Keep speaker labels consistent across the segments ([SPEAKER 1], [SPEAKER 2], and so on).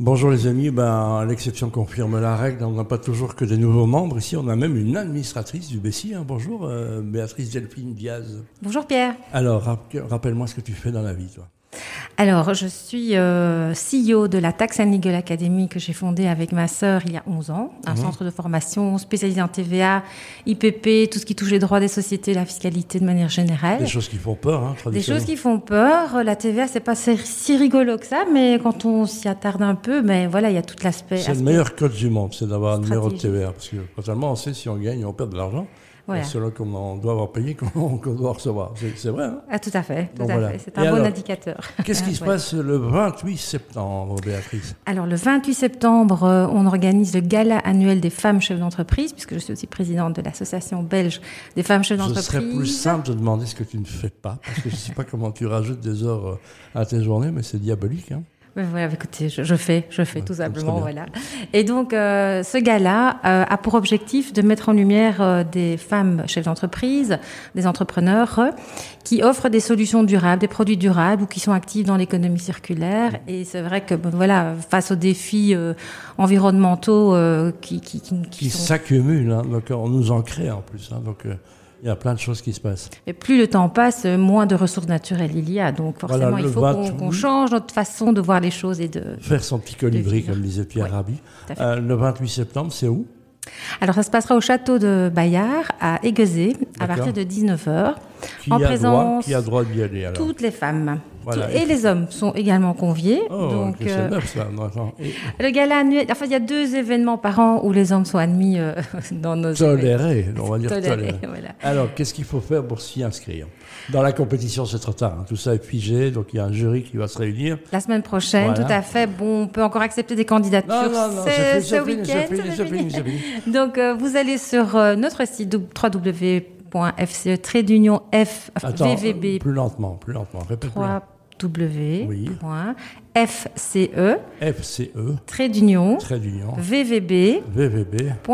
[SPEAKER 1] Bonjour les amis, ben, l'exception confirme la règle, on n'a pas toujours que des nouveaux membres. Ici, on a même une administratrice du Bessie. hein. Bonjour euh, Béatrice Delphine Diaz.
[SPEAKER 2] Bonjour Pierre.
[SPEAKER 1] Alors, rap- rappelle-moi ce que tu fais dans la vie, toi.
[SPEAKER 2] Alors, je suis euh, CEO de la Tax and Legal Academy que j'ai fondée avec ma sœur il y a 11 ans,
[SPEAKER 1] Mhm.
[SPEAKER 2] un centre de formation spécialisé en TVA, IPP, tout ce qui touche les droits des sociétés, la fiscalité de manière générale.
[SPEAKER 1] Des choses qui font peur, hein,
[SPEAKER 2] Des
[SPEAKER 1] traditionnellement.
[SPEAKER 2] choses qui font peur. La TVA, c'est pas si- si rigolo que ça, mais quand on s'y attarde un peu, ben voilà, il y a tout l'aspect.
[SPEAKER 1] C'est le meilleur code du monde, c'est d'avoir un numéro de
[SPEAKER 2] Stratégie.
[SPEAKER 1] TVA. Parce que, totalement, on sait si on gagne ou on perd de l'argent.
[SPEAKER 2] Voilà.
[SPEAKER 1] Et selon comment on doit avoir payé, comment on doit recevoir. C'est c'est vrai, hein
[SPEAKER 2] Ah, tout à fait, tout
[SPEAKER 1] Donc
[SPEAKER 2] à
[SPEAKER 1] voilà.
[SPEAKER 2] fait. C'est
[SPEAKER 1] Et
[SPEAKER 2] un bon
[SPEAKER 1] alors
[SPEAKER 2] indicateur.
[SPEAKER 1] Qu'est-ce qui se
[SPEAKER 2] Ouais.
[SPEAKER 1] passe le 28 septembre, Béatrice
[SPEAKER 2] Alors le 28 septembre, euh, on organise le gala annuel des femmes chefs d'entreprise, puisque je suis aussi présidente de l'association belge des femmes chefs
[SPEAKER 1] Ce
[SPEAKER 2] d'entreprise.
[SPEAKER 1] serait plus simple de demander ce que tu ne fais pas, parce que je ne sais pas comment tu rajoutes des heures euh, à tes journées, mais c'est diabolique. Hein.
[SPEAKER 2] Mais voilà, écoutez, je, je fais, je fais
[SPEAKER 1] Ouais,
[SPEAKER 2] tout
[SPEAKER 1] c'est très
[SPEAKER 2] simplement,
[SPEAKER 1] bien.
[SPEAKER 2] voilà. Et donc, euh, ce gala euh, a pour objectif de mettre en lumière euh, des femmes chefs d'entreprise, des entrepreneurs euh, qui offrent des solutions durables, des produits durables ou qui sont actifs dans l'économie circulaire. Et c'est vrai que, ben, voilà, face aux défis euh, environnementaux euh, qui, qui, qui, qui
[SPEAKER 1] Qui
[SPEAKER 2] sont
[SPEAKER 1] s'accumulent, hein. donc on nous en crée en plus. hein. donc euh, il y a plein de choses qui se passent.
[SPEAKER 2] Et plus le temps passe, euh, moins de ressources naturelles il y a. Donc forcément,
[SPEAKER 1] Voilà, le
[SPEAKER 2] il faut qu'on
[SPEAKER 1] 28.
[SPEAKER 2] qu'on change notre façon de voir les choses et de.
[SPEAKER 1] Faire son petit colibri,
[SPEAKER 2] vivre.
[SPEAKER 1] comme disait Pierre
[SPEAKER 2] Ouais,
[SPEAKER 1] Rabhi.
[SPEAKER 2] tout à fait.
[SPEAKER 1] Euh, le 28 septembre, c'est où
[SPEAKER 2] Alors ça se passera au château de Bayard à Aiguezé à
[SPEAKER 1] D'accord.
[SPEAKER 2] partir de 19h.
[SPEAKER 1] qui
[SPEAKER 2] En
[SPEAKER 1] a droit,
[SPEAKER 2] présence-
[SPEAKER 1] Qui a droit d'y aller alors
[SPEAKER 2] Toutes les femmes
[SPEAKER 1] Voilà.
[SPEAKER 2] tout- et les hommes sont également conviés.
[SPEAKER 1] Oh,
[SPEAKER 2] donc
[SPEAKER 1] que c'est
[SPEAKER 2] euh,
[SPEAKER 1] neuf, ça. Non, attends. Et-
[SPEAKER 2] le gala annuel. Enfin, il y a deux événements par an où les hommes sont admis euh, dans nos événements.
[SPEAKER 1] Toléré, on va dire
[SPEAKER 2] Toléré,
[SPEAKER 1] toléré.
[SPEAKER 2] voilà.
[SPEAKER 1] Alors, qu'est-ce qu'il faut faire pour s'y inscrire Dans la compétition, c'est trop tard. hein. Tout ça est figé, donc il y a un jury qui va se réunir.
[SPEAKER 2] La semaine prochaine,
[SPEAKER 1] Voilà.
[SPEAKER 2] tout à fait. Bon, on peut encore accepter des candidatures
[SPEAKER 1] Non, non, non,
[SPEAKER 2] ce,
[SPEAKER 1] c'est fini,
[SPEAKER 2] ce
[SPEAKER 1] c'est fini,
[SPEAKER 2] week-end.
[SPEAKER 1] c'est fini,
[SPEAKER 2] c'est
[SPEAKER 1] c'est fini, c'est fini.
[SPEAKER 2] Donc, euh, vous allez sur euh, notre site e
[SPEAKER 1] Attends, euh,
[SPEAKER 2] www.fce-vvb3w.fce
[SPEAKER 1] plus lentement, plus lentement. Répète moi Oui.
[SPEAKER 2] e
[SPEAKER 1] FCE, trait d'union,
[SPEAKER 2] vvb.be.
[SPEAKER 1] VVB.
[SPEAKER 2] e.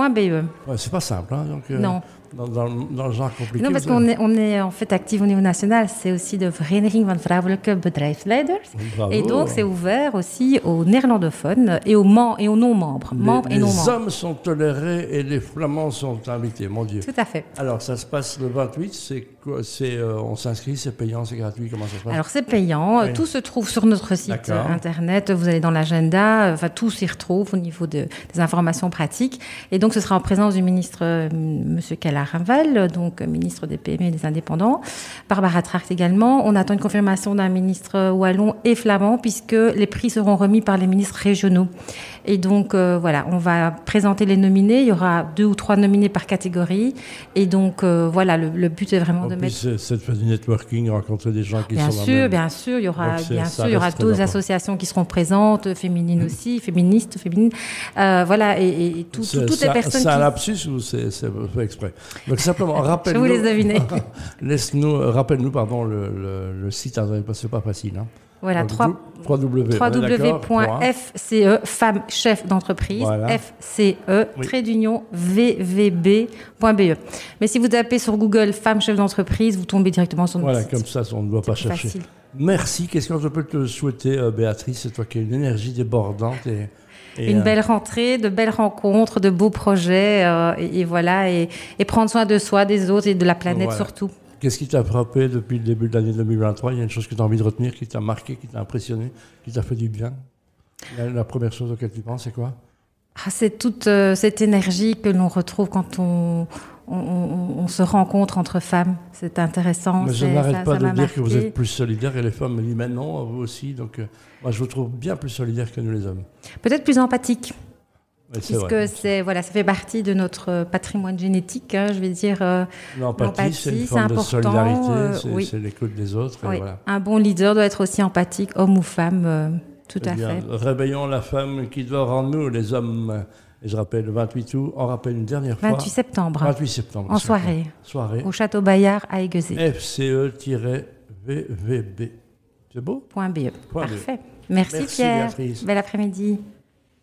[SPEAKER 1] Ouais, c'est pas simple, hein, donc, euh,
[SPEAKER 2] Non.
[SPEAKER 1] Dans, dans- dans le genre compliqué.
[SPEAKER 2] Non, parce
[SPEAKER 1] vous
[SPEAKER 2] qu'on
[SPEAKER 1] avez-
[SPEAKER 2] est, on est en fait actif au niveau national. C'est aussi de Vereniging van Vrouwelijke Bedrijfsleiders.
[SPEAKER 1] Bravo.
[SPEAKER 2] Et donc, c'est ouvert aussi aux néerlandophones et aux, men- et aux non-membres. Membres
[SPEAKER 1] Les,
[SPEAKER 2] et
[SPEAKER 1] les
[SPEAKER 2] non-membres.
[SPEAKER 1] hommes sont tolérés et les flamands sont invités, mon Dieu.
[SPEAKER 2] Tout à fait.
[SPEAKER 1] Alors, ça se passe le 28, c'est quoi C'est euh, On s'inscrit, c'est payant, c'est gratuit, comment ça se passe
[SPEAKER 2] Alors c'est payant,
[SPEAKER 1] Oui.
[SPEAKER 2] tout se trouve sur notre site
[SPEAKER 1] D'accord.
[SPEAKER 2] euh, internet, vous allez dans l'agenda, euh, enfin tout s'y retrouve au niveau de- des informations pratiques. Et donc ce sera en présence du ministre euh, Monsieur Calarinval, euh, donc euh, ministre des PME et des Indépendants, Barbara Tracht également. On attend une confirmation d'un ministre euh, wallon et flamand puisque les prix seront remis par les ministres régionaux. Et donc euh, voilà, on va présenter les nominés, il y aura deux ou trois nominés par catégorie. Et donc euh, voilà, le, le but est vraiment
[SPEAKER 1] En
[SPEAKER 2] de
[SPEAKER 1] plus,
[SPEAKER 2] mettre
[SPEAKER 1] c'est- c'est de faire du networking, rencontrer des gens qui
[SPEAKER 2] Bien
[SPEAKER 1] sont dans
[SPEAKER 2] sûr,
[SPEAKER 1] le même-
[SPEAKER 2] bien sûr, il y aura,
[SPEAKER 1] Donc, c'est-
[SPEAKER 2] bien
[SPEAKER 1] ça
[SPEAKER 2] sûr, il y aura
[SPEAKER 1] reste très
[SPEAKER 2] d'autres
[SPEAKER 1] important.
[SPEAKER 2] associations qui seront présentes, euh,
[SPEAKER 1] Mm.
[SPEAKER 2] féminines aussi, féministes, féminines, euh, voilà, et, et- et tout-
[SPEAKER 1] C'est-
[SPEAKER 2] tout- toutes
[SPEAKER 1] ça-
[SPEAKER 2] les personnes
[SPEAKER 1] C'est un
[SPEAKER 2] qui.
[SPEAKER 1] lapsus ou c'est c'est fait exprès Donc simplement,
[SPEAKER 2] Je
[SPEAKER 1] rappelle-nous.
[SPEAKER 2] vous laisse deviner.
[SPEAKER 1] Laisse-nous, euh, rappelle-nous, pardon, le, le- le site internet, parce que c'est pas facile. Hein.
[SPEAKER 2] Voilà,
[SPEAKER 1] Donc,
[SPEAKER 2] 3
[SPEAKER 1] dou- 3W. www.f
[SPEAKER 2] www.fce, femme chef E, d'entreprise,
[SPEAKER 1] Voilà.
[SPEAKER 2] FCE,
[SPEAKER 1] Oui.
[SPEAKER 2] trait d'union, vvb.be. E. Mais si vous tapez sur Google femme chef d'entreprise, vous tombez directement sur notre
[SPEAKER 1] Voilà,
[SPEAKER 2] site.
[SPEAKER 1] comme ça, on ne doit pas
[SPEAKER 2] plus
[SPEAKER 1] chercher.
[SPEAKER 2] facile.
[SPEAKER 1] Merci. Qu'est-ce qu'on peut te souhaiter, euh, Béatrice C'est toi qui as une énergie débordante et. et,
[SPEAKER 2] Une
[SPEAKER 1] euh,
[SPEAKER 2] belle rentrée, de belles rencontres, de beaux projets, euh, et, et voilà, et, et prendre soin de soi, des autres et de la planète
[SPEAKER 1] Voilà.
[SPEAKER 2] surtout.
[SPEAKER 1] Qu'est-ce qui t'a frappé depuis le début de l'année 2023 Il y a une chose que tu as envie de retenir, qui t'a marqué, qui t'a impressionné, qui t'a fait du bien la, la première chose auquel tu penses, c'est quoi
[SPEAKER 2] Ah, c'est toute euh, cette énergie que l'on retrouve quand on, on, on- on se rencontre entre femmes. C'est intéressant.
[SPEAKER 1] Mais je
[SPEAKER 2] c'est-
[SPEAKER 1] n'arrête
[SPEAKER 2] ça-
[SPEAKER 1] pas
[SPEAKER 2] ça
[SPEAKER 1] de
[SPEAKER 2] m'a
[SPEAKER 1] dire que vous
[SPEAKER 2] marqué.
[SPEAKER 1] êtes plus solidaires et les femmes me disent mais non, vous aussi. Donc euh, moi je vous trouve bien plus solidaires que nous les hommes.
[SPEAKER 2] Peut-être plus empathique,
[SPEAKER 1] Mais c'est vrai.
[SPEAKER 2] puisque c'est voilà, ça fait partie de notre euh, patrimoine génétique, hein, je vais dire. euh,
[SPEAKER 1] L'empathie, c'est une
[SPEAKER 2] l'empathie,
[SPEAKER 1] forme
[SPEAKER 2] c'est
[SPEAKER 1] de
[SPEAKER 2] important,
[SPEAKER 1] solidarité,
[SPEAKER 2] euh,
[SPEAKER 1] c'est
[SPEAKER 2] oui.
[SPEAKER 1] c'est l'écoute des autres. et
[SPEAKER 2] oui,
[SPEAKER 1] voilà.
[SPEAKER 2] Un bon leader doit être aussi empathique, homme ou femme, euh, tout
[SPEAKER 1] Eh
[SPEAKER 2] à
[SPEAKER 1] bien,
[SPEAKER 2] fait.
[SPEAKER 1] Réveillons la femme qui dort en nous, les hommes. Et je rappelle, le 28 août, on rappelle une dernière fois.
[SPEAKER 2] 28 septembre,
[SPEAKER 1] 28 septembre.
[SPEAKER 2] En
[SPEAKER 1] excuse-moi.
[SPEAKER 2] soirée.
[SPEAKER 1] Soirée.
[SPEAKER 2] au château Bayard à
[SPEAKER 1] Eh.
[SPEAKER 2] Aiguezé.
[SPEAKER 1] FCE-VVB. C'est beau
[SPEAKER 2] Point BE.
[SPEAKER 1] Point BE.
[SPEAKER 2] E. Parfait. Merci,
[SPEAKER 1] E. Merci,
[SPEAKER 2] Pierre.
[SPEAKER 1] Béatrice.
[SPEAKER 2] Bel après-midi.